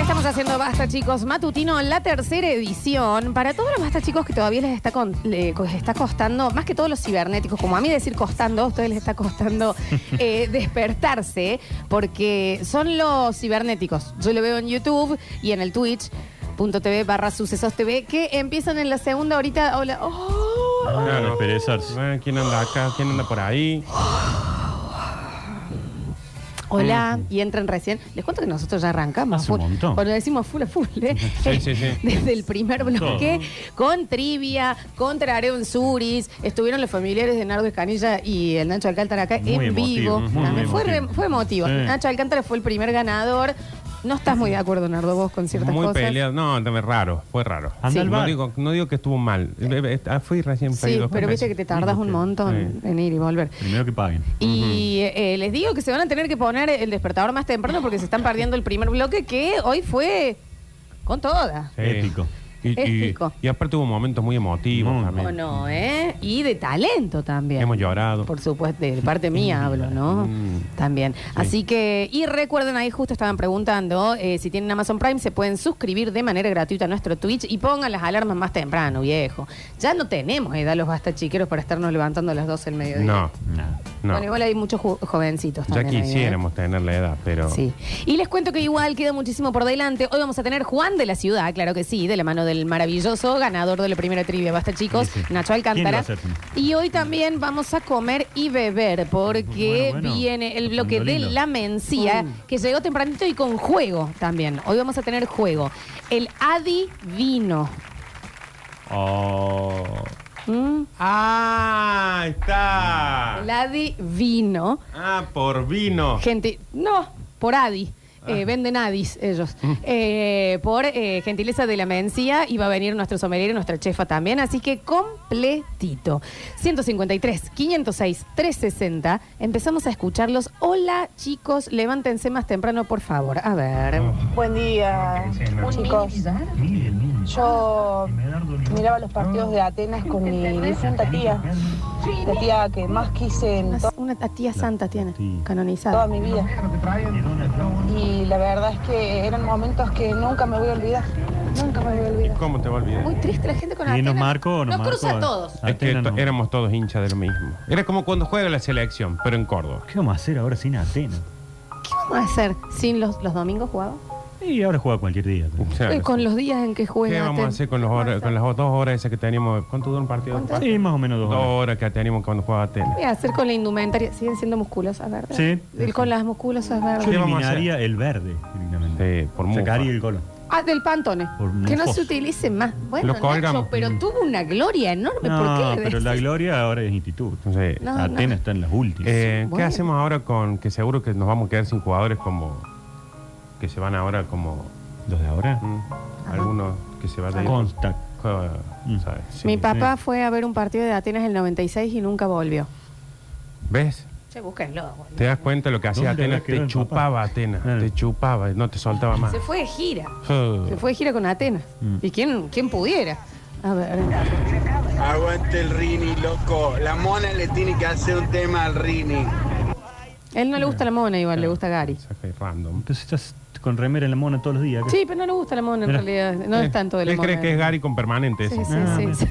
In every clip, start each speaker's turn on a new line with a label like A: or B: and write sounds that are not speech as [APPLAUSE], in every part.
A: Estamos haciendo Basta Chicos Matutino, la tercera edición. Para todos los Basta Chicos que todavía les está, con- le- co- les está costando, más que todos los cibernéticos, como a mí decir costando, a ustedes les está costando eh, despertarse, porque son los cibernéticos. Yo lo veo en YouTube y en el Twitch.tv barra sucesos TV, que empiezan en la segunda horita. Hola. Oh, oh.
B: No, no, perezarse.
C: Ah, ¿Quién anda acá? ¿Quién anda por ahí?
A: Hola, y entran recién. Les cuento que nosotros ya arrancamos.
B: Hace
A: full.
B: un montón.
A: Cuando decimos full a full, ¿eh?
C: Sí, sí, sí.
A: [LAUGHS] Desde el primer bloque, con trivia, contra Areon Suris, estuvieron los familiares de Nardo Escanilla y el Nacho Alcántara acá
B: Muy
A: en
B: emotivo,
A: vivo.
B: muy,
A: También
B: muy
A: fue,
B: emotivo.
A: re- fue emotivo.
B: Sí.
A: Nacho Alcántara fue el primer ganador. No estás muy de acuerdo, Nardo, vos con ciertas
C: Muy
A: cosas.
C: peleado. No, es raro, fue raro.
B: Anda al
C: No
B: bar.
C: digo, no digo que estuvo mal. Eh, eh, ah, Fui recién
A: Sí,
C: pedido.
A: pero viste que te tardas un montón en ir y volver.
B: Primero que paguen.
A: Y eh, les digo que se van a tener que poner el despertador más temprano porque se están perdiendo el primer bloque que hoy fue con toda.
B: Épico.
C: Y, y-
A: Épico.
C: y aparte hubo momentos muy emotivos
B: Mm.
C: también.
A: ¿O no, eh? Y de talento también.
C: Hemos llorado.
A: Por supuesto, de parte mía hablo, ¿no?
C: Mm.
A: También. Así que, y recuerden, ahí justo estaban preguntando, eh, si tienen Amazon Prime, se pueden suscribir de manera gratuita a nuestro Twitch y pongan las alarmas más temprano, viejo. Ya no tenemos edad los basta chiqueros para estarnos levantando a las 12 del mediodía.
C: No,
B: Nada.
C: no.
A: Bueno, igual hay muchos ju- jovencitos
C: ya
A: también. ahí, ¿eh?
C: quisiéramos tener la edad, pero.
A: Sí. Y les cuento que igual queda muchísimo por delante. Hoy vamos a tener Juan de la Ciudad, claro que sí, de la mano del maravilloso ganador de la primera trivia. Basta, chicos.
B: Sí, sí.
A: Nacho
B: ¿Quién lo
A: Alcántara.
B: va a hacer?
A: Y hoy también vamos a comer y beber, porque
B: Bueno, bueno.
A: viene el bloque
B: Lindo,
A: de
B: lindo.
A: la mencía, que llegó tempranito y con juego también. Hoy vamos a tener juego. El adivino.
C: Oh.
A: ¿Mm?
C: ¡Ah! ahí Está.
B: Ah.
A: El adivino.
C: Ah, por vino.
A: Gente, no, por Adi. Eh, venden Adis ellos. Eh, por eh, gentileza de la mencía y va a venir nuestro sommelier y nuestra chefa también. Así que completito. 153, 506, 360. Empezamos a escucharlos. Hola chicos, levántense más temprano, por favor. A ver.
D: Buen día, chicos. Yo miraba los partidos de Atenas con mi difunta tía, la tía que más quise en to-
A: Una tía santa tiene,
B: Sí.
A: canonizada.
D: toda mi vida. Y la verdad es que eran momentos que nunca me voy a olvidar. Nunca me voy a olvidar.
C: ¿Cómo te va a olvidar?
A: Muy triste la gente con
B: ¿Y
A: Atenas.
B: nos marcó o no
A: Nos
B: marcó?
A: cruza a todos.
C: Es que
B: Atenas
C: to-
B: no.
C: éramos todos hinchas de lo mismo. Era como cuando juega la selección, pero en Córdoba.
B: ¿Qué vamos a hacer ahora sin Atenas?
A: ¿Qué vamos a hacer sin los, los domingos jugados?
B: Y ahora juega cualquier día.
C: O sea,
A: Eh, con los días en que juega.
C: ¿Qué vamos a
A: Atenas.
C: hacer con, los hora- con las dos horas esas que teníamos? ¿Cuánto dura un partido?
B: Sí, más o menos dos
C: Dos
B: horas.
C: horas que teníamos cuando jugaba Atenas.
A: ¿Qué hacer con la indumentaria? Siguen siendo musculosas, ¿verdad?
B: Sí.
A: El- Con las musculosas, ¿verdad?
B: Yo
C: ¿Qué vamos a
B: eliminaría el verde directamente.
C: Sí, por mufa.
B: Sacaría el gol.
A: Ah, del pantone.
B: Por
A: Que no
B: mufos.
A: se utilice más. Bueno,
C: Lo colgamos.
A: Nacho, pero tuvo una gloria enorme. ¿Por qué
B: Mm. No,
A: le
B: pero
A: decís?
B: la gloria ahora es instituto.
C: Entonces,
A: No,
B: Atenas
A: no.
B: está en las últimas.
C: eh, ¿qué
A: bueno.
C: hacemos ahora con que seguro que nos vamos a quedar sin jugadores como que se van ahora como
B: ¿Los de ahora?
C: mm, algunos que se van a ir?
B: Consta.
C: Ah,
B: Mm.
C: ¿sabes? Sí.
A: Mi papá fue a ver un partido de Atenas el 96 y nunca volvió.
C: ¿Ves?
A: Che, búsquenlo. boludo.
C: ¿Te das cuenta lo que hacía
B: ¿Dónde
C: Atenas?
B: habrá quedado
C: Te
B: el
C: chupaba
B: papá? Eh.
C: Atenas,
B: Claro.
C: te chupaba, no te soltaba más.
A: Se fue de gira.
C: Ah. [LAUGHS]
A: Se fue de gira con Atenas.
B: Mm.
A: ¿Y quién, quién pudiera? A ver.
E: Aguante el Rini, loco. La mona le tiene que hacer un tema al Rini.
A: Él no le gusta la mona, igual, le gusta Gary.
C: Saca random.
B: Entonces estás con remera en la mona todos los días. ¿qué?
A: Sí, pero no le gusta la mona en
B: Mira. Eh,
A: realidad. No es tanto de la
C: Él
A: mona.
C: cree que es Gary con permanente.
A: Sí,
C: ese.
A: sí,
B: Ah,
A: sí,
B: mira.
A: sí.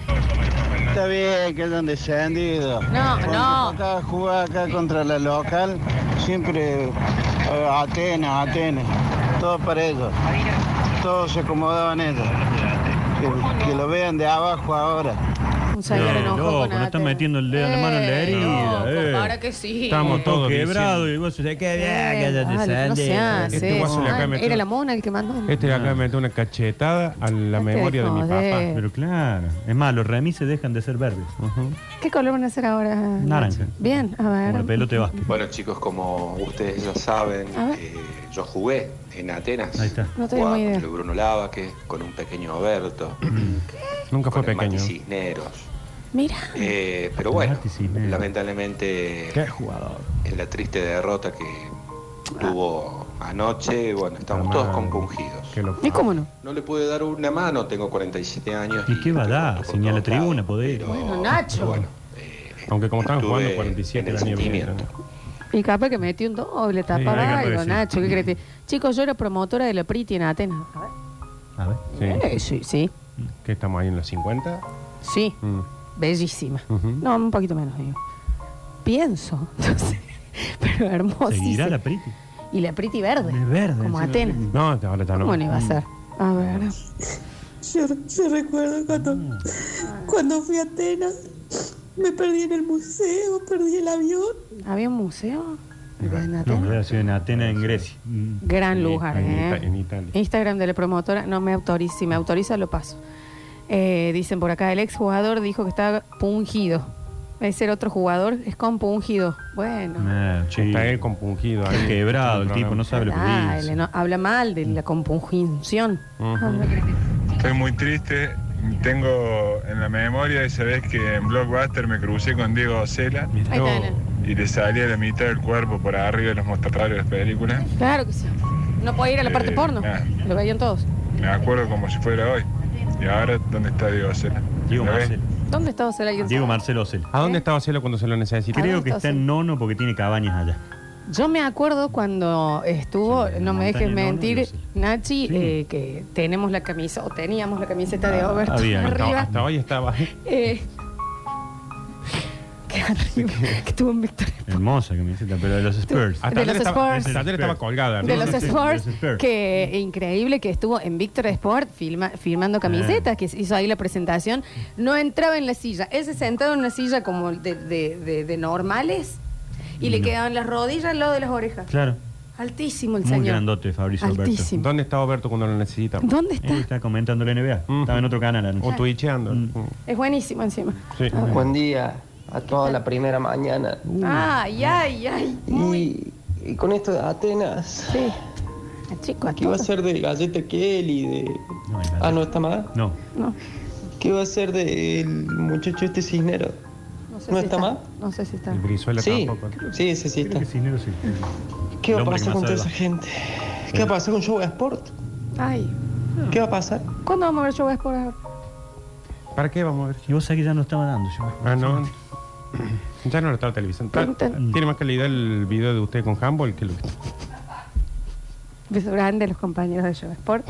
E: Está bien que hayan descendido.
A: No, no.
E: Acá jugaba acá contra la local, siempre eh, Atenas, Atenas. Todo para ellos. Todos se acomodaban ellos. Que, que lo vean de abajo ahora.
A: Un señor
B: Eh,
A: enojó
B: loco,
A: con
B: no
A: Atenas.
B: está metiendo el dedo en la mano en la herida,
A: loco,
B: eh.
A: Para que sí.
C: Estamos
B: Todo
C: todos
B: quebrado
C: diciendo.
B: y vos decís, qué bien, que
A: Eh,
B: ya te
A: dale, no se
B: sale.
A: hace
C: Este guaso
A: eso.
C: le acaba de meter-
A: Era la mona el que mandó.
C: Este le
A: Ah.
C: acaba de meter una cachetada a la
A: Dejate
C: memoria de mi
A: joder.
C: papá.
B: Pero claro, es más, los remises dejan de ser verdes.
A: ¿Qué color van a hacer ahora?
B: Naranja.
A: Nacho? Bien, a
B: Como
A: ver.
B: el pelote de básquet.
F: Bueno chicos, como ustedes ya saben,
A: A ver.
F: eh, yo jugué en Atenas.
B: Ahí está.
A: No tengo
F: Jugaba
A: idea.
F: contra el Bruno Lavaque, con un pequeño
B: [CLEARS THROAT]
F: Alberto,
C: Nunca fue
F: con el Mati
C: pequeño.
F: Cisneros.
A: Mira.
F: Eh, pero bueno,
B: Mati Cisneros.
F: lamentablemente
B: jugador.
F: en la triste derrota que tuvo anoche, bueno, estamos
C: Mamá,
F: todos compungidos.
C: que lo-
A: ¿Y cómo no?
F: No le pude dar una mano, tengo 47 años.
B: ¿Y qué va a dar?
F: por
B: Si ni a la
F: todos lados,
B: tribuna podés ir.
F: pero-
A: Bueno, Nacho.
F: Bueno, eh,
C: Aunque como estaban
F: estuve
C: jugando
F: en
C: 47
F: el
C: la nieve.
F: sentimiento.
A: Y capaz que metí un doble, tapaba
C: hay que
A: algo,
C: aparecer.
A: Nacho. ¿qué crees? que- Chicos, yo era promotora de la Priti en Atenas.
B: A ver.
C: Sí.
A: Eh, sí, sí.
C: Que estamos ahí en los 50.
A: Sí.
C: Mm.
A: Bellísima.
C: Ujú.
A: No, un poquito menos, digo. Pienso. [LAUGHS] Entonces, pero hermosísima.
B: ¿Seguirá la Priti?
A: Y la Priti verde.
B: Es verde,
A: Como
B: sí, la
A: Atenas.
B: Priti.
C: No, ahora está no.
A: Mm. ¿Cómo le va a ser? A ver.
G: Yo, yo recuerdo cuando, cuando fui a Atenas, me perdí en el museo, perdí el avión.
A: ¿Había un museo? en
B: No,
A: Atenas?
B: hubiera sido en Atenas, en Grecia. Mm.
A: Gran
C: En-
A: lugar,
C: en
A: ¿eh?
C: Ita- en Italia.
A: Instagram de la promotora, no me autoriza, si me autoriza lo paso. Eh, dicen por acá, el exjugador dijo que estaba pungido. Debe ser otro jugador, es compungido. Bueno,
B: Ah, che.
C: Está él compungido ahí.
B: quebrado el tipo, no sabe lo que
A: dale,
B: dice.
A: no, habla mal de la compungición.
C: Ujú.
A: A ver.
H: Estoy muy triste. Tengo en la memoria esa vez que en Blockbuster me crucé con Diego Ocela
C: Mirá,
A: Ahí está,
C: oh,
A: Ana.
H: y le salía la mitad del cuerpo por arriba de los mostradores de las películas.
A: Claro que sí. No puede ir a la parte
H: Eh,
A: porno.
H: ah.
A: Lo veían todos.
H: Me acuerdo como si fuera hoy. ¿Y ahora dónde está Diego Ocela?
B: Diego
H: ¿Lo ves?
B: Marcelo.
A: ¿Dónde estaba ser alguien?
B: Diego Marcelo Ocel.
C: ¿A dónde estaba Celo cuando se lo necesitaba?
A: ¿Dónde
B: Creo que
A: está
B: está en
A: Ocel?
B: nono porque tiene cabañas allá.
A: Yo me acuerdo cuando estuvo,
B: Sí,
A: no me
B: montaña,
A: dejes
B: no,
A: mentir,
B: no,
A: Nachi,
B: Sí.
A: eh, que tenemos la camisa, o teníamos la camiseta de Oberto
B: Ah, había,
C: Hasta,
A: arriba.
C: hasta hoy estaba.
A: Eh, [LAUGHS] que arriba,
B: [LAUGHS]
A: que tuvo un Victoria.
B: Hermosa camiseta, pero de los Spurs.
C: Hasta
A: De
C: ayer
A: los
C: estaba,
A: Spurs.
C: hasta ayer estaba colgada. ¿no?
A: De
B: sí,
A: los
B: sí, sí,
A: Sports,
B: de los Spurs.
A: que increíble que estuvo en Victor Sport filma- firmando camisetas,
B: Ah.
A: que hizo ahí la presentación. No entraba en la silla. Él se sentaba en una silla como de, de- de- de normales y le
B: No.
A: quedaban las rodillas al lado de las orejas.
B: Claro.
A: Altísimo el
B: Muy
A: señor.
B: grandote, Fabricio Alberto.
A: Altísimo.
C: ¿Dónde estaba Berto cuando lo necesitamos?
A: ¿Dónde
B: Él
A: está?
B: está comentando la NBA.
C: Mm.
B: Estaba en otro canal.
C: O
B: anoche.
C: twitcheando.
B: Mm.
C: Mm.
A: Es buenísimo encima.
C: Sí.
I: Buen día a toda la primera mañana.
B: Uh.
A: Ay, ay, ay. Muy.
I: Y, y con esto de Atenas,
A: Sí. Ah, Chico, a
I: ¿qué va a
A: todo.
I: ser de Galleta Kelly? De...
B: No, es
I: Ah, no está más.
B: No.
A: No,
I: ¿Qué va a ser del muchacho este cisnero?
A: no, sé
I: ¿No
A: si
I: está mal?
A: No sé si está.
C: El Brizuela
I: Sí,
C: tampoco.
I: sí, ese sí
B: Creo
I: está.
B: que Cisneros sí.
I: ¿Qué va
B: El
I: a
B: hombre que
I: pasar
B: más
I: con toda esa
B: sabe
I: gente? ¿Qué va a pasar con Show Sport?
A: Ay.
I: ¿Qué va a pasar?
A: ¿Cuándo vamos a ver Show por ahora?
C: ¿Para qué vamos a ver?
B: Y vos sabés que ya no estaba dando. yo.
C: Ah, no. [CLEARS THROAT] Ya no lo estaba televisando. Está-
A: Preguntan.
C: Tiene más calidad el video de usted con Humble que lo que.
A: Beso grande a los compañeros de Show Sport.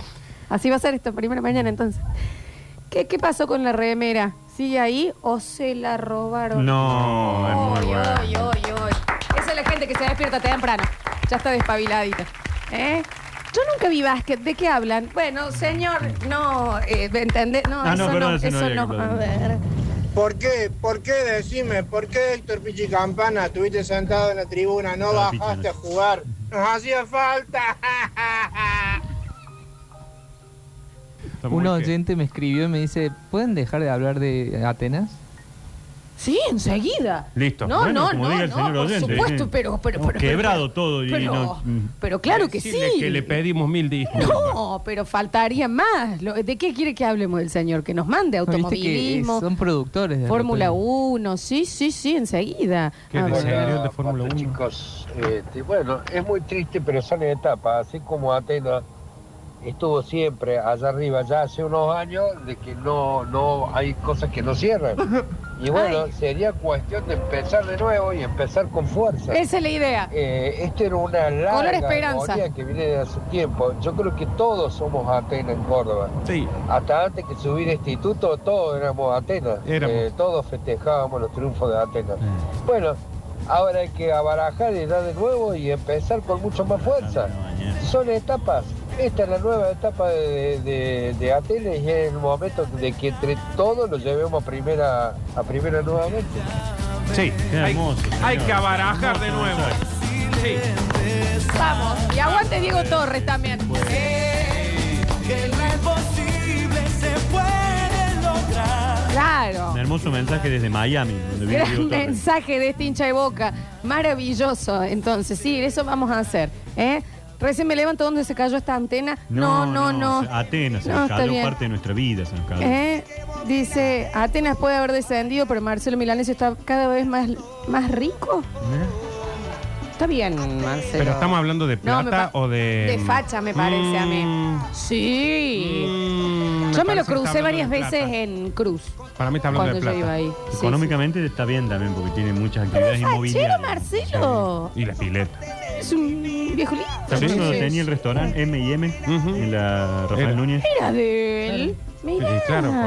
A: Así va a ser esta primera mañana entonces. ¿Qué, qué pasó con la remera? ¿Sigue ahí o se la robaron?
C: No,
A: Oy,
C: es muy bueno.
A: oy, oy, oy. Esa es la gente que se despierta temprano. Ya está despabiladita. ¿Eh? Yo nunca vi básquet. ¿De qué hablan? Bueno, señor, no, eh, ¿entendés? No,
B: Ah, no,
A: eso no,
B: perdón, ese no
A: eso
B: había
A: no.
B: que
A: A
B: hablar.
A: ver.
J: ¿Por qué? ¿Por qué? Decime, ¿por qué Héctor Pichicampana estuviste sentado en la tribuna? No
B: Estaba Pichi,
J: bajaste
B: no.
J: a jugar. Nos hacía falta.
K: Un oyente me escribió y me dice, ¿pueden dejar de hablar de Atenas?
A: Sí, enseguida.
C: Listo.
A: No,
B: Bueno,
A: no,
B: como
A: no,
B: diga el
A: no,
B: señor
A: por
B: oyente,
A: supuesto,
B: sí.
A: pero, pero,
B: No,
A: pero-
B: quebrado
A: pero-
B: todo y
A: pero,
B: no-
A: pero claro que sí.
C: Decirle Que le pedimos mil disculpas.
A: No, pero faltaría más. Lo- ¿De qué quiere que hablemos el señor? Que nos mande
K: ¿No viste que eh,
A: automovilismo,
K: son productores de
A: Fórmula
K: Atenas?
A: 1. Sí, sí, sí, enseguida.
C: Que
A: A
C: le
A: ver.
C: salió de Fórmula 1.
L: Chicos, este, bueno, es muy triste, pero son etapas. Así como Atenas estuvo siempre allá arriba, ya hace unos años, de que no, no hay cosas que no cierran. Y bueno,
A: Ay.
L: sería cuestión de empezar de nuevo y empezar con fuerza.
A: Esa es la idea.
L: Eh, esto era una
A: Color
L: larga
A: esperanza.
L: agonía que viene de hace tiempo. Yo creo que todos somos Atenas en Córdoba.
C: Sí.
L: Hasta antes que subir este instituto, todos éramos Atenas.
C: Éramos.
L: Eh, todos festejábamos los triunfos de Atenas. Bueno, ahora hay que abarajar y dar de nuevo y empezar con mucho más
B: Mm,
L: fuerza. Son etapas. Esta es la nueva etapa de, de- de Atenas y es el momento de que entre todos lo llevemos a primera, a primera nuevamente.
C: Sí.
B: Qué
C: Hay,
B: hermoso, señor.
C: hay que abarajar de nuevo. Sí.
A: Vamos. Y aguante Diego Torres también. Claro.
B: Un hermoso mensaje desde Miami. Donde vive Diego
A: [LAUGHS] Gran
B: Torres.
A: mensaje de este hincha de boca. Maravilloso. Entonces, sí, eso vamos a hacer. ¿eh? Recién me levanto donde se cayó esta antena. No, no, no.
B: Atenas, se
A: No,
B: nos
A: está
B: cayó
A: bien.
B: parte de nuestra vida, se nos cayó.
A: ¿Eh? Dice, Atenas puede
B: ¿Eh?
A: haber descendido, pero Marcelo Milanes está cada vez más, más rico.
B: Mirá.
A: Está bien, Marcelo.
C: Pero estamos hablando de
A: No, me
C: plata
A: pa-
C: o de. mm,
A: De facha, me parece a mí. Sí. yo me lo crucé varias veces en Cruz.
C: Para mí está
A: hablando de Cuando yo plata. iba ahí. Sí,
B: Económicamente está bien también porque tiene muchas
A: Pero
B: actividades
A: es fachero,
B: inmobiliarias.
A: Marcelo.
C: Y las piletas.
A: Es un viejo lindo.
B: ¿También cuando
A: Sí.
B: tenía el restaurante M&M en la Rafael Núñez?
A: Era de él. Mirá.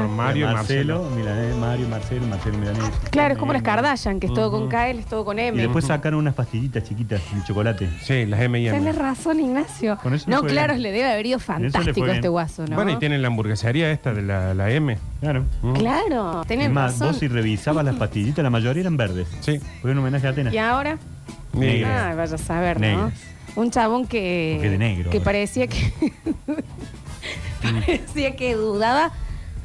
B: Mario y Marcelo. Milanés, Mario, Marcelo, Marcelo, Milanés.
A: Claro, es como las Kardashian, que es todo con
B: Ujú.
A: K, él es todo con M.
B: Y después sacaron unas pastillitas chiquitas de chocolate.
C: Sí, las
A: Tienes razón, Ignacio.
C: Con eso le
A: No,
C: fue
A: claro,
C: bien.
A: le debe haber ido fantástico a este guaso, ¿no?
C: Bueno, y tienen la hamburguesería esta de la, la M.
B: Claro.
A: Claro,
B: Es
A: tienen
B: más,
A: razón.
B: vos si revisabas las pastillitas, la mayoría eran verdes.
C: Sí.
B: Fue un homenaje a Atenas.
A: ¿Y ahora?
B: Negras.
A: Ah, vaya a saber, ¿no?
B: Negras.
A: Un chabón que.
B: Porque de negro,
A: Que
B: ahora.
A: parecía que. Mm. parecía que dudaba.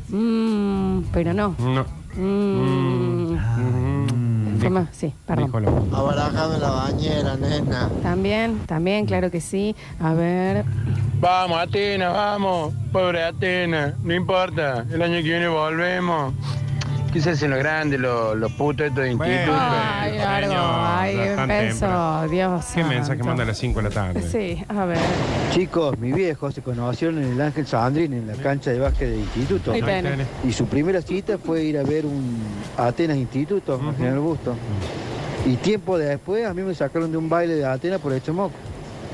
A: Mm, pero no.
C: No.
A: Mm. Fue más- sí, perdón.
M: Abarajado en la bañera, nena.
A: También, también, claro que sí. A ver.
J: Vamos, Atenas, vamos. Pobre Atenas, no importa. El año que viene volvemos. Quizás en lo grande, los putos estos de instituto.
A: Ay, Largo, ay, empezó. Dios.
C: Qué
A: santo.
C: mensaje manda a las 5 de la tarde.
A: Ah, Sí, a ver.
M: Chicos, mis viejos se conocieron en el Ángel Sandrin, en la cancha de básquet del instituto.
A: Ahí tenés.
M: Y su primera cita fue ir a ver un Atenas Instituto, al General Busto. Y tiempo después a mí me sacaron de un baile de Atenas por hecho moco.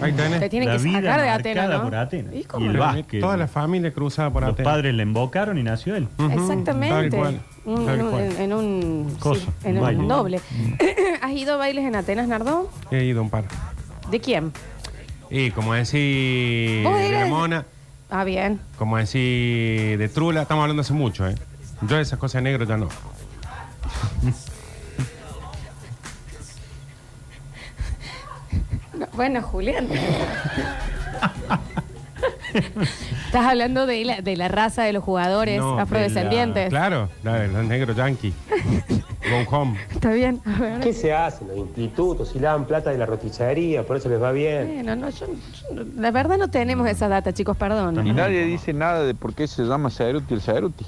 C: Ahí tenés.
A: Te tienen
B: La
A: que
B: vida
A: sacar de
B: marcada
A: Atenas, ¿no?
B: por Atenas.
A: ¿Y
B: ¿Y,
A: cómo
B: el
A: no?
B: básquet.
C: Toda la familia cruzada por
B: Los
C: Atenas.
B: padres le invocaron y nació él.
A: Exactamente. Mm,
C: Tal cual,
A: Un-
C: tal
A: un-
C: cual.
A: en, en un, sí,
C: Cosa,
A: en
C: baile.
A: un doble. [CLEARS THROAT] ¿Has ido a bailes en Atenas, Nardo?
C: He ido a un par.
A: ¿De quién?
C: Y como decir
A: Vos
C: de la
A: eras-
C: mona,
A: Ah, bien.
C: como decir de trula, estamos hablando hace mucho, ¿eh? Yo de esas cosas de negro ya no.
A: No, bueno,
C: [LAUGHS]
A: Julián. Estás hablando de la, de la raza de los jugadores
C: No, de
A: afrodescendientes.
C: la- claro, la de los
A: [LAUGHS]
C: negros yankees. Go home.
A: Está bien, a ver.
N: ¿Qué se hace? Los institutos, si le dan plata de la roticería, por eso les va bien.
A: Bueno, no, yo- yo no- la verdad no tenemos esa data, chicos, perdón.
O: Y nadie dice nada de por qué se llama Ceruti el Ceruti.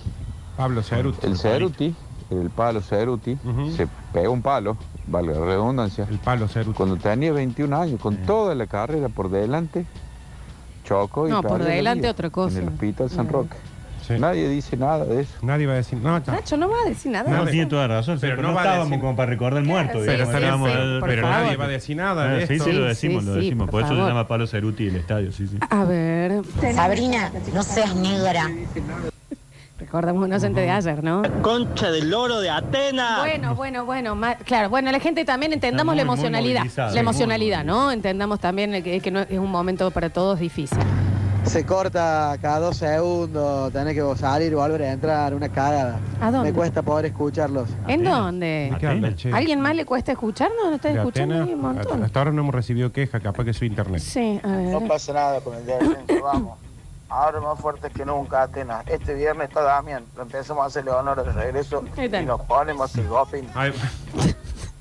C: Pablo Ceruti.
O: El Ceruti, el palo Ceruti, se pegó un palo, valga la redundancia. El
C: palo Ceruti.
O: Cuando tenía 21 años, con toda la carrera por delante, chocó y
A: No, por
O: perdió la
A: delante
O: vida
A: otra cosa.
O: En el hospital San Roque. Nadie dice nada de eso.
C: Nadie va a decir nada.
A: Nacho no va a decir nada.
B: No, tiene toda razón, pero,
C: Pero no
B: no,
C: va a
B: estábamos
C: decir-
B: como para recordar el muerto.
C: Pero
B: digamos,
C: sí,
B: estábamos-
C: sí, por Pero favor. nadie va a decir nada de
B: sí,
C: esto.
B: Sí, lo
C: Ah, Sí,
B: decimos,
C: sí,
B: lo
C: sí,
B: decimos.
C: por
B: Por, eso
C: favor.
B: se llama Palo Ceruti el estadio, sí, sí.
A: A ver.
P: Sabrina, no seas negra.
A: Recordamos un oyente de ayer, ¿no?
P: Concha del loro de Atenas.
A: Bueno, bueno, bueno, ma- claro, bueno, la gente también entendamos
P: Está
A: la
P: muy, muy
A: emocionalidad,
P: movilizada,
A: la
P: muy
A: emocionalidad, ¿no? Entendamos también el que, que no, es un momento para todos difícil.
M: Se corta cada dos segundos, tenés que salir, volver a entrar, una cagada.
A: ¿A dónde?
M: Me cuesta poder escucharlos.
A: ¿En dónde?
C: ¿De qué hablan, che?
A: ¿Alguien más le cuesta escucharnos? ¿No están
C: De
A: escuchando?
C: Atenas,
A: Hay un montón.
C: hasta ahora no hemos recibido queja, capaz que su internet.
A: Sí, a ver.
M: No pasa nada con el día de frente, vamos. Ahora más fuerte que nunca, Atenas. Este viernes está Damián. Lo empezamos a hacerle honor al regreso
A: Ahí
M: y
A: está.
M: nos ponemos el goping.
C: Ahí,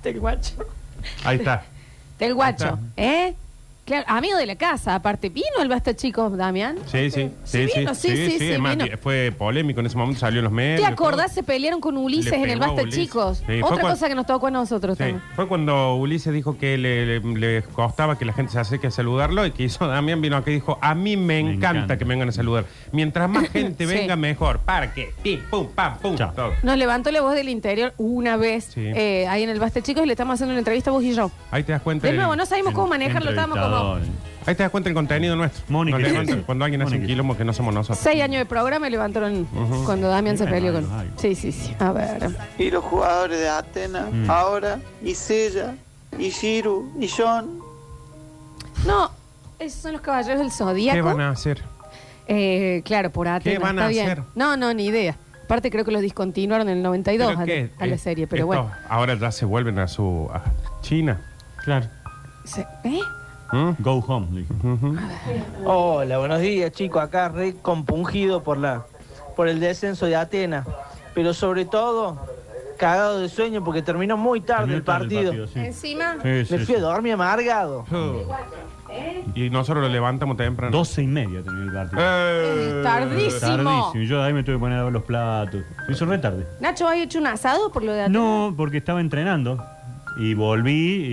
A: Del guacho.
C: ahí está.
A: Del guacho,
C: está.
A: ¿eh? Claro, amigo de la casa, aparte, ¿vino el basta chico, Damián?
C: Sí, sí,
A: Sí,
C: sí, sí,
A: vino, sí, sí, sí,
C: es más,
A: vino.
C: fue polémico en ese momento, salió en los medios.
A: ¿Te
C: todo.
A: acordás? Se pelearon con Ulises
C: Le
A: en el
C: pegó a
A: basta
C: Ulises.
A: chicos.
C: Sí, fue
A: Otra
C: cuando-
A: cosa que nos tocó a nosotros
C: Sí,
A: también.
C: fue cuando Ulises dijo que le, le- le costaba que la gente se acerque a saludarlo y que hizo Damián vino acá y dijo, a mí me, encanta, que me vengan a saludar. Mientras más
A: [LAUGHS]
C: gente
A: Sí.
C: venga, mejor. Parque, pim, pum, pam, pum. todo.
A: Nos levantó la voz del interior una vez
C: Sí.
A: eh, ahí en el Basta Chicos y le estamos haciendo una entrevista vos y yo.
C: Ahí te das cuenta.
A: De
C: del-
A: nuevo, no sabemos cómo manejarlo, estábamos como
C: Ahí te das cuenta el contenido nuestro. Nos levantan cuando alguien hace un quilombo que no somos nosotros.
A: seis años de programa y levantaron
C: Ujú.
A: cuando Damián se
C: Sí,
A: peleó
C: algo,
A: con... Sí, sí, sí. A ver.
M: Y los jugadores de Atenas,
A: Mm.
M: ahora, y Sella, y Shiru, y John.
A: No, esos son los caballeros del
C: ¿Qué
A: Zodíaco.
C: van a hacer?
A: Eh, claro, por Atenas.
C: van a
A: está bien.
C: hacer?
A: No, no, ni idea. Aparte creo que los discontinuaron en el 92
C: ¿Pero
A: a,
C: qué?
A: a la
C: Eh,
A: serie, pero
C: estos
A: bueno.
C: Ahora ya se vuelven a su a China. ¿Mm? Claro.
A: Se- ¿Eh?
B: Go home, le dije.
Q: Hola, buenos días chicos, acá re compungido por, la, por el descenso de Atenas, pero sobre todo cagado de sueño porque terminó muy tarde el partido.
A: Encima.
C: Sí, Eh, sí,
Q: Me fui a
C: sí.
Q: dormir amargado.
C: Y nosotros lo levantamos temprano.
B: 12 y media tenía el partido.
C: Eh,
A: Es tardísimo.
B: Tardísimo. Yo ahí me tuve que poner a ver los platos. Me hizo re tarde.
A: Nacho, ¿has hecho un asado por lo de Atenas?
B: No, porque estaba entrenando. Y volví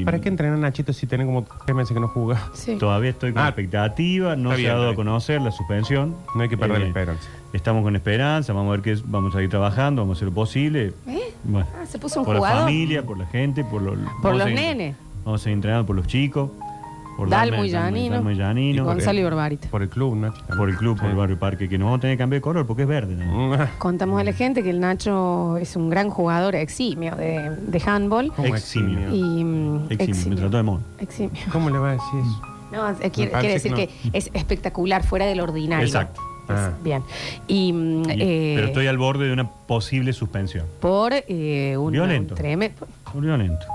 B: y.
C: ¿Para qué entrenar a Nachito si tiene como tres meses que no juega?
B: Todavía estoy con
C: Ah,
B: expectativa, no
C: está
B: se
C: bien,
B: ha dado
C: está
B: a
C: bien.
B: conocer la suspensión. Eh,
C: No hay que perder la esperanza.
B: Estamos con esperanza, vamos a ver qué es- vamos a ir trabajando, vamos a hacer lo posible.
A: ¿Eh?
B: Bueno,
A: Ah, se puso un
B: por la
A: jugador.
B: familia, por la gente, por, los
A: Por
B: vamos a
A: los
B: ir-
A: nenes.
B: Vamos a ir entrenando por los chicos. Por
A: Dalmo
B: Dalma-
A: y
B: Dalma-
A: Llanino.
B: Dalma y Llanino.
A: Gonzalo y Barbarita.
C: Por el club, Nacho.
B: Por el club, por el barrio parque, que nos vamos a tener que cambiar de color porque es verde.
C: Mm.
B: ¿no?
A: Contamos a la gente que el Nacho es un gran jugador eximio de, de handball.
B: ¿Cómo eximio?
A: Y, mm,
B: Eximio, me trató de mono.
A: Eximio.
C: ¿Cómo le va a decir eso?
A: No, eh, quiere,
C: parece
A: quiere decir
C: que
A: que, es espectacular, fuera del ordinario.
B: Ah, Exacto.
C: Ah.
A: Bien. Y, mm,
B: Y-
A: eh,
B: pero estoy al borde de una posible suspensión.
A: por eh, un,
B: Violento.
A: tremendo.
B: Un violento.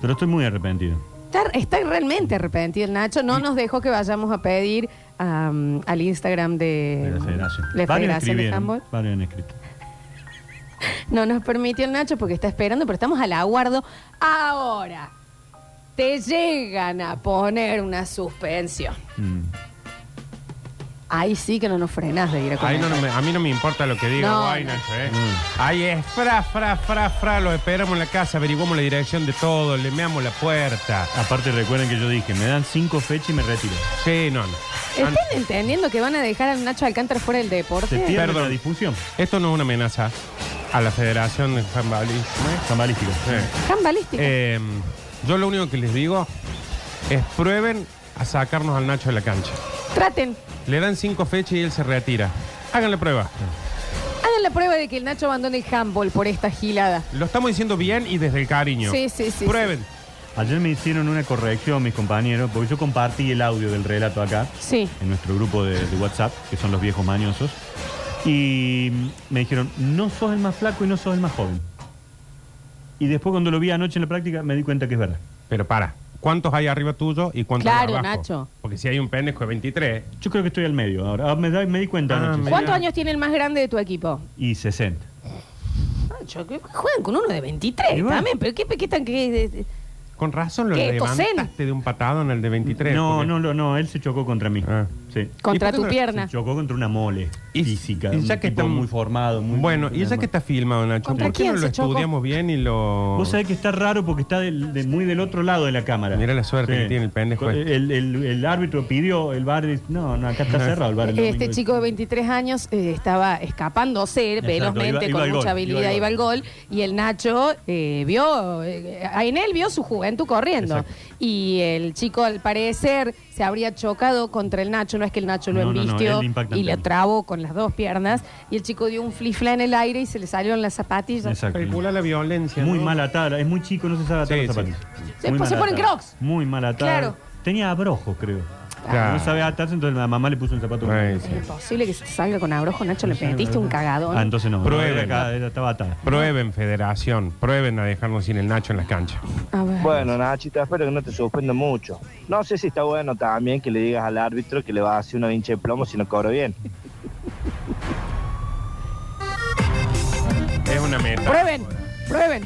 B: Pero estoy muy arrepentido.
A: Está, está realmente arrepentido el Nacho. No nos dejó que vayamos a pedir am, al Instagram de,
B: De la federación.
A: Eh, la
B: Varios
A: Federación de
B: escribieron,
A: Handball.
B: varios han escrito.
A: No nos permitió el Nacho porque está esperando, pero estamos al aguardo. Ahora, te llegan a poner una suspensión.
B: Mm.
A: Ahí sí que no nos frenas de ir a
C: Ahí
A: comer.
C: no, no me- a mí no me importa lo que diga
A: No,
C: guay,
A: no.
C: Nacho, ¿eh? Ahí es fra, fra, fra, fra. Los esperamos en la casa, averiguamos la dirección de todo, le meamos la puerta.
B: Aparte, recuerden que yo dije, me dan cinco fechas y me retiro.
C: Sí, no, no.
A: ¿Están entendiendo que van a dejar al Nacho Alcántara fuera del deporte?
C: Perdón. Esto no es una amenaza a la Federación de Handball-
B: Cambalístico.
C: Sí.
A: Cambalística.
C: Eh, yo lo único que les digo es prueben a sacarnos al Nacho de la cancha.
A: Traten.
C: Le dan cinco fechas y él se retira. Hagan la prueba.
A: Hagan la prueba de que el Nacho abandone el handball por esta gilada.
C: Lo estamos diciendo bien y desde el cariño.
A: Sí, sí, sí,
C: Prueben.
B: Ayer me hicieron una corrección mis compañeros, porque yo compartí el audio del relato acá,
A: Sí.
B: en nuestro grupo de, de WhatsApp, que son los viejos mañosos, y me dijeron, no sos el más flaco y no sos el más joven. Y después cuando lo vi anoche en la práctica me di cuenta que es verdad.
C: Pero para, ¿cuántos hay arriba tuyo y cuántos
A: Claro,
C: hay abajo?
A: Nacho.
C: Porque si hay un pendejo de 23.
B: Yo creo que estoy al medio ahora. Ah, me, da- me di cuenta
C: Ah,
B: anoche.
C: mira.
A: ¿Cuántos años tiene el más grande de tu equipo?
B: Y 60.
A: Nacho, que juegan con uno de 23 también, pero ¿qué, qué tan que de- de-
C: Con razón lo
A: ¿Qué,
C: levantaste de un patado en el de 23.
B: No,
C: porque-
B: no, no, no, él se chocó contra mí. Sí.
A: Contra
C: ¿Y por qué
A: tu
C: no-
A: pierna.
B: Se chocó contra una mole física,
C: y ya
B: un
C: que
B: tipo
C: estamos-
B: muy formado. Muy
C: Bueno, y ya que está filmado, Nacho,
A: ¿Contra
C: ¿por qué no
A: quién
C: lo
A: se chocó?
C: estudiamos bien y lo.
B: Vos sabés que está raro porque está del- de- muy del otro lado de la cámara.
C: Mira la suerte
B: Sí.
C: que tiene el pendejo. este.
B: El, el- el árbitro pidió el bar. dice, No, no, acá
C: [LAUGHS]
B: está cerrado el bar. el
A: Este
B: domingo".
A: chico de 23 años eh, estaba escapándose
B: Exacto,
A: velozmente,
B: iba- iba
A: con
B: al gol,
A: mucha
B: iba
A: habilidad,
B: al
A: iba al gol. Y el Nacho eh, vio, eh, en él vio su juventud corriendo. Y el chico, al parecer, se habría chocado contra el Nacho. No es que el Nacho lo
B: No, no, no,
A: embistió
B: él impacta
A: y
B: en
A: le
B: él.
A: trabó con las dos piernas. Y el chico dio un flifla en el aire y se le salieron las zapatillas.
B: Exacto.
C: Calcula la violencia.
B: Muy
C: ¿no?
B: mal atada. Es muy chico, no se sabe atar
C: Sí,
B: los
C: sí.
B: zapatos.
A: Se-
B: Muy
A: se
B: mal
A: ponen
B: atada.
A: Crocs.
B: Muy mal atada.
A: Claro.
B: Tenía abrojos, creo.
C: Claro.
B: No sabe atarse, entonces la mamá le puso un zapato.
C: Ay, sí.
A: Es imposible que se te salga con abrojo, Nacho. Le metiste un cagadón.
B: Ah, entonces no. no,
C: Prueben.
B: era acá, era- estaba atada.
C: Prueben, Federación. Prueben a dejarnos sin el Nacho en las canchas.
A: A
R: [LAUGHS]
A: ver.
R: Bueno, Nachita, espero que no te suspenda mucho. No sé si está bueno también que le digas al árbitro que le va a hacer una vincha de plomo si no cobro bien.
C: Es una metáfora.
A: Prueben, prueben.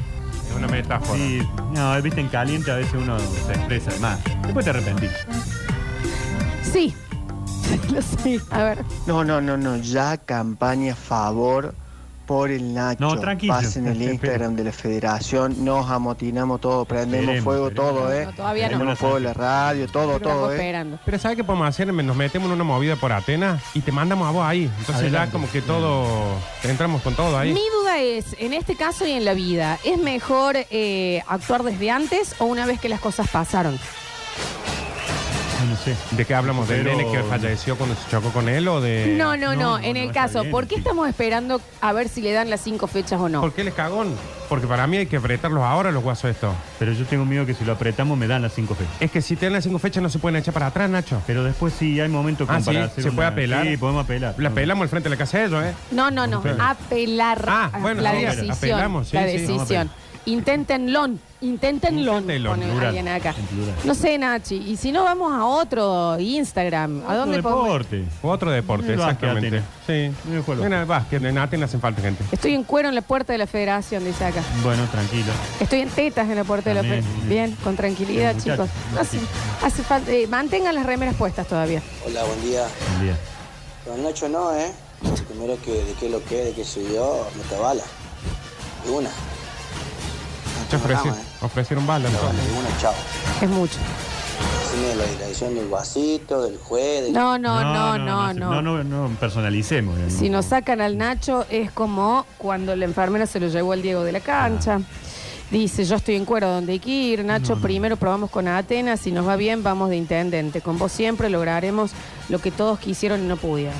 C: Es una metáfora.
B: Sí, no, viste, en caliente a veces uno se expresa más. Después te arrepentís.
A: Sí. [LAUGHS] Lo sé. A ver.
M: ¿eh?
S: No, no, no, no. Ya campaña a favor por el Nacho.
B: No, tranquilo.
S: Pasen el Instagram de la federación. Nos amotinamos todo. Prendemos
C: Esperemos,
S: fuego todo, ¿eh?
A: No, todavía no.
S: Prendemos fuego la radio, todo, todo, ¿eh?
C: Pero ¿sabes qué podemos hacer? Nos metemos en una movida por Atenas y te mandamos a vos ahí. Entonces ya
B: Adelante.
C: como que todo... Entramos con todo ahí.
A: Mi duda es, en este caso y en la vida, ¿es mejor eh, actuar desde antes o una vez que las cosas pasaron?
B: No sé.
C: ¿De qué hablamos? ¿Del
B: Pero-
C: nene que falleció cuando se chocó con él o de...?
A: no, no, no,
B: no,
A: en
B: no,
A: el
B: está
A: caso,
B: bien,
A: ¿por qué estamos esperando a ver si le dan las cinco fechas o no?
C: ¿Por qué él es cagón? Porque para mí hay que apretarlos ahora los guasos estos.
B: Pero yo tengo miedo que si lo apretamos me dan las cinco fechas.
C: Es que si tienen las cinco fechas no se pueden echar para atrás, Nacho.
B: Pero después sí hay momentos
C: Ah,
B: como
C: sí,
B: para hacer
C: se
B: una-
C: puede apelar.
B: Sí, podemos apelar.
C: La pelamos al frente de la casa de ellos, ¿eh?
A: No, no, no,
C: Pero-
A: apelar
C: Ah,
A: a
C: bueno,
A: la
C: sí,
A: decisión.
C: apelamos, sí,
A: la
C: sí, vamos a
A: decisión. Inténtenlo, inténtenlo. pone alguien acá. No sé, Nachi, y si no vamos a otro Instagram, ¿a dónde podemos?
B: deporte.
C: Otro deporte,
B: El básquet,
C: exactamente. Sí. Mira, el básquet, en Atenas hacen falta gente.
A: Estoy en cuero en la puerta de la federación, dice acá.
B: Bueno, tranquilo.
A: Estoy en tetas en la puerta de la
B: Amén.
A: fe- Bien, con tranquilidad,
B: Bien,
A: chicos.
B: muchachos.
A: Hace, hace falta, eh, mantengan las remeras puestas todavía.
T: Hola, buen día.
B: Buen día.
T: Don Nacho no, ¿eh? Primero que de qué lo que, de qué soy yo, no te bala. Y una.
C: Che, ofrecieron, ofrecieron bala. entonces.
T: Una chao.
A: Es mucho.
T: Decime la dirección del vasito, del juez. del-
A: No, no, no, no, no.
B: No, no, no personalicemos. digamos.
A: Si nos sacan al Nacho es como cuando la enfermera se lo llevó al Diego de la cancha. Dice, yo estoy en cuero donde hay que ir. Nacho, primero probamos con Atenas. Si nos va bien, vamos de intendente. Con vos siempre lograremos lo que todos quisieron y no pudieron.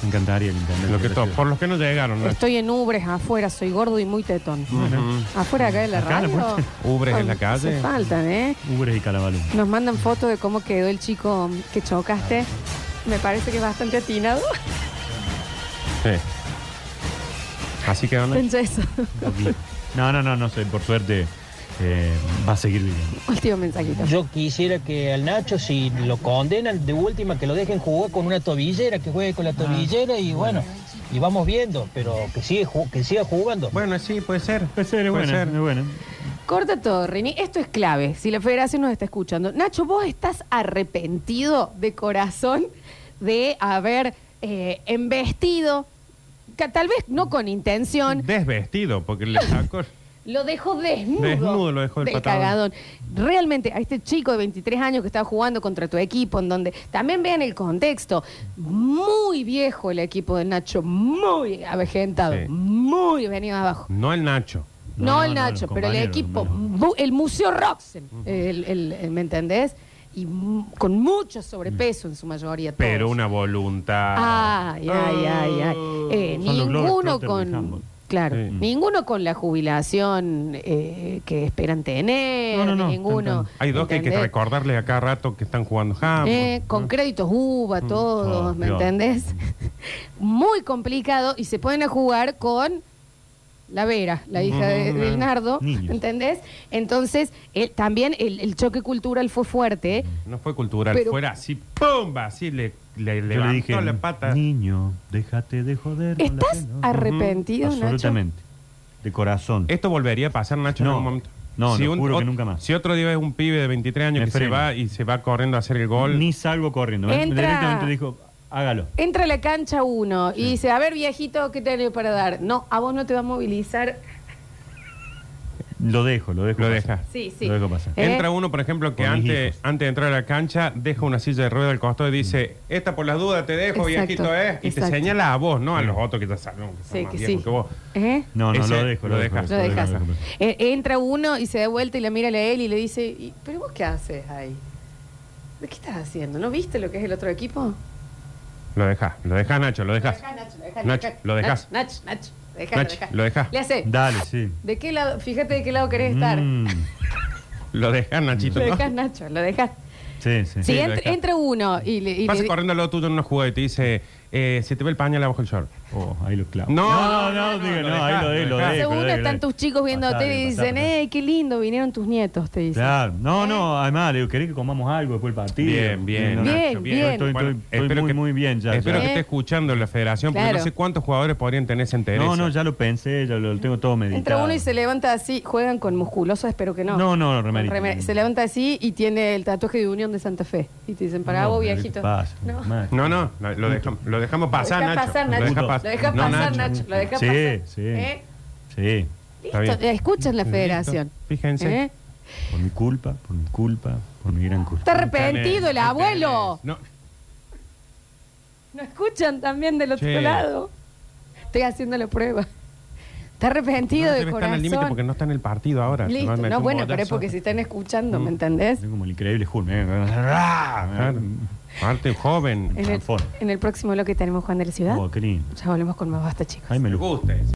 B: Me encantaría el intendente
C: Lo
B: de
C: que
B: la
C: to-
B: ciudad.
C: por los que no llegaron. ¿no?
A: Estoy en Ubres afuera, soy gordo y muy tetón.
C: Ujú.
A: Afuera acá de la
C: Acá, a la [LAUGHS]
A: radio.
C: puerta. Ubres en la
A: Ah,
C: calle.
A: se faltan, ¿eh?
B: Ubres y Calabalú.
A: Nos mandan fotos de cómo quedó el chico que chocaste. Me parece que es bastante atinado.
C: Sí. Así que ¿no?
A: Pensé eso.
B: No, no, no, no sé. Por suerte eh, va a seguir viviendo.
A: Último mensajito.
U: Yo quisiera que al Nacho, si lo condenan de última, que lo dejen jugar con una tobillera, que juegue con la tobillera y bueno, y vamos viendo, pero que, sigue, ju- que siga jugando.
C: Bueno, sí, puede ser.
B: Puede ser, es
C: Puede
B: buena,
C: ser.
B: es buena.
A: Corta todo, Rini. Esto es clave. Si la federación nos está escuchando. Nacho, vos estás arrepentido de corazón de haber eh, embestido, que tal vez no con intención,
C: Desvestido, porque le sacó.
A: lo dejó desnudo.
C: Desnudo lo dejó el
A: del
C: patadón.
A: cagadón. Realmente, a este chico de 23 años que estaba jugando contra tu equipo, en donde también vean el contexto. Muy viejo el equipo de Nacho, muy avejentado,
C: Sí.
A: muy venido abajo.
C: No el Nacho.
A: No, el Nacho, pero el equipo, bu- el Museo Roxen, el- el- el- ¿me entendés? Y mu- con mucho sobrepeso en su mayoría. todos.
C: Pero una voluntad.
A: Oh. Ay, ay, ay, ay. Eh,
C: Oh. Son los Glover
A: ninguno
C: Trotter de
A: con.
C: handball.
A: Claro,
C: Sí.
A: ninguno con la jubilación eh, que esperan tener,
C: No, no, no.
A: ninguno.
C: Hay dos que Ah. hay que
A: ¿entendés?
C: recordarle a cada rato que están jugando ham.
A: Eh, con créditos UVA, todos,
C: Oh,
A: ¿me
C: Dios.
A: entendés? [LAUGHS] Muy complicado y se pueden a jugar con la Vera, la hija de,
B: Mm,
A: de Nardo,
B: niños.
A: ¿entendés? Entonces, eh, también el, el choque cultural fue fuerte. ¿eh?
C: No fue cultural,
A: Pero-
C: fuera así, ¡pumba! Así le, le
B: Yo
C: levantó
B: le dije,
C: la pata.
B: niño, déjate de joder. no la
A: ¿Estás
C: Mm.
B: pena".
A: arrepentido, Nacho?
B: Absolutamente. De corazón.
C: Esto volvería a pasar, Nacho, en
B: No,
C: un momento.
B: no, lo juro que
C: ot-
B: nunca más.
C: Si otro día es un pibe de 23 años
B: Me
C: que se
B: freno.
C: va y se va corriendo a hacer el gol.
B: Ni salgo corriendo.
A: ¿eh? Entra- Directamente
B: Directamente
A: dijo,
B: dijo, hágalo.
A: Entra a la cancha uno y dice, a ver, viejito, ¿qué tenés para dar? No, a vos no te va a movilizar.
B: Lo dejo, lo dejo.
C: Lo
B: pasar.
C: deja.
A: Sí, sí.
B: Lo dejo pasar.
A: Eh.
C: Entra uno, por ejemplo, que
B: Con mis
C: antes, antes de entrar a la cancha deja una silla de rueda al costado y dice,
B: Mm.
C: esta por las dudas te
A: Exacto,
C: dejo, viejito, ¿eh? Y
A: exacto.
C: te señala a vos, no a los otros que ya saben que son
A: Sí,
C: más
A: que
C: viejos
A: sí.
C: que vos.
A: ¿Eh?
B: No, no,
C: Ese
B: lo dejo,
C: lo
B: lo dejo.
C: dejas.
A: Lo dejas.
B: dejo, dejo.
A: Eh, entra uno y se da vuelta y la mira a él y le dice, "¿Y- ¿pero vos qué haces ahí? ¿Qué estás haciendo? ¿No viste lo que es el otro equipo?
C: Lo dejas, lo dejas, Nacho, lo dejas.
A: Dejá, Nacho, lo dejá,
C: Nacho,
A: dejá.
C: lo dejás.
A: Nacho, Nacho, Nacho, dejá,
C: Nacho,
A: dejá.
C: lo dejás.
A: Le hace,
B: Dale, sí.
A: ¿de qué lado? Fíjate de qué lado querés estar.
B: Mm,
C: Lo dejas, Nachito.
A: Lo
C: ¿no?
A: dejas, Nacho, lo dejas.
B: sí, sí.
A: Si
C: lo
A: entra,
C: dejá.
A: entra uno y le... y
C: Pasa
A: le-
C: corriendo al lado tuyo en una jugada y te dice, eh, si te ve el pañal abajo el short.
B: Oh, ahí lo clavo.
C: No,
B: no, no, digo, no, ahí lo dejo, lo
C: dejás.
B: dejo.
A: Segundo,
B: dale,
A: están
B: dale.
A: tus chicos viendo
B: Pasá,
A: tele y
B: pasá,
A: dicen,
B: pasá.
A: ¡eh, qué lindo! Vinieron tus nietos, te dicen.
B: Claro, no, no, además, le digo, ¿querés que comamos algo después del partido?
C: Bien, bien,
B: No, no,
A: Bien,
C: Nacho,
A: bien.
B: Estoy, estoy-
C: Bueno,
B: estoy
C: espero
B: muy,
C: que-
B: muy bien ya.
C: Espero
B: ya.
C: que esté escuchando la federación, porque
A: Claro.
C: no sé cuántos jugadores podrían tener ese interés.
B: No, no, ya lo pensé, ya lo, lo tengo todo meditado.
A: Entra uno y se levanta así, juegan con musculoso, espero que no.
B: No, no,
A: Con
B: remerita.
A: remera. Se levanta así y tiene el tatuaje de Unión de Santa Fe. Y te dicen, para
B: No,
A: vos,
B: pero ¿qué
A: viejito.
B: pasa?
A: No.
B: Macho.
C: No, no, lo, lo dejamos, lo dejamos pasar,
A: Lo dejás
C: Nacho.
A: pasar, Nacho.
C: dejás
A: Lo dejás
C: No,
A: pasar, Nacho. Lo dejás
B: sí,
A: pasar.
B: Sí,
A: ¿Eh?
B: sí.
C: Está
A: Esto-
C: bien.
A: Escuchan la federación.
C: Fíjense.
A: ¿Eh?
B: Por mi culpa, por mi culpa, por mi gran culpa.
A: Está arrepentido el abuelo.
C: No,
A: No escuchan también del otro
B: Sí.
A: lado. Estoy haciendo la prueba. Está arrepentido
C: no
A: de
C: están al límite
A: corazón.
C: porque no está en el partido ahora. se
A: Listo.
C: van a Mm. meter
A: No,
C: un
A: bueno, pero es
C: bollazo.
A: porque si están escuchando, ¿me entendés?
B: Es como el increíble Hulk. ¿eh?
C: Claro. Arte joven.
A: En el, en el próximo bloque tenemos Juan de la Ciudad.
B: Oh, qué lindo.
A: Ya volvemos con más basta, chicos.
B: Ay, me lo
C: gusta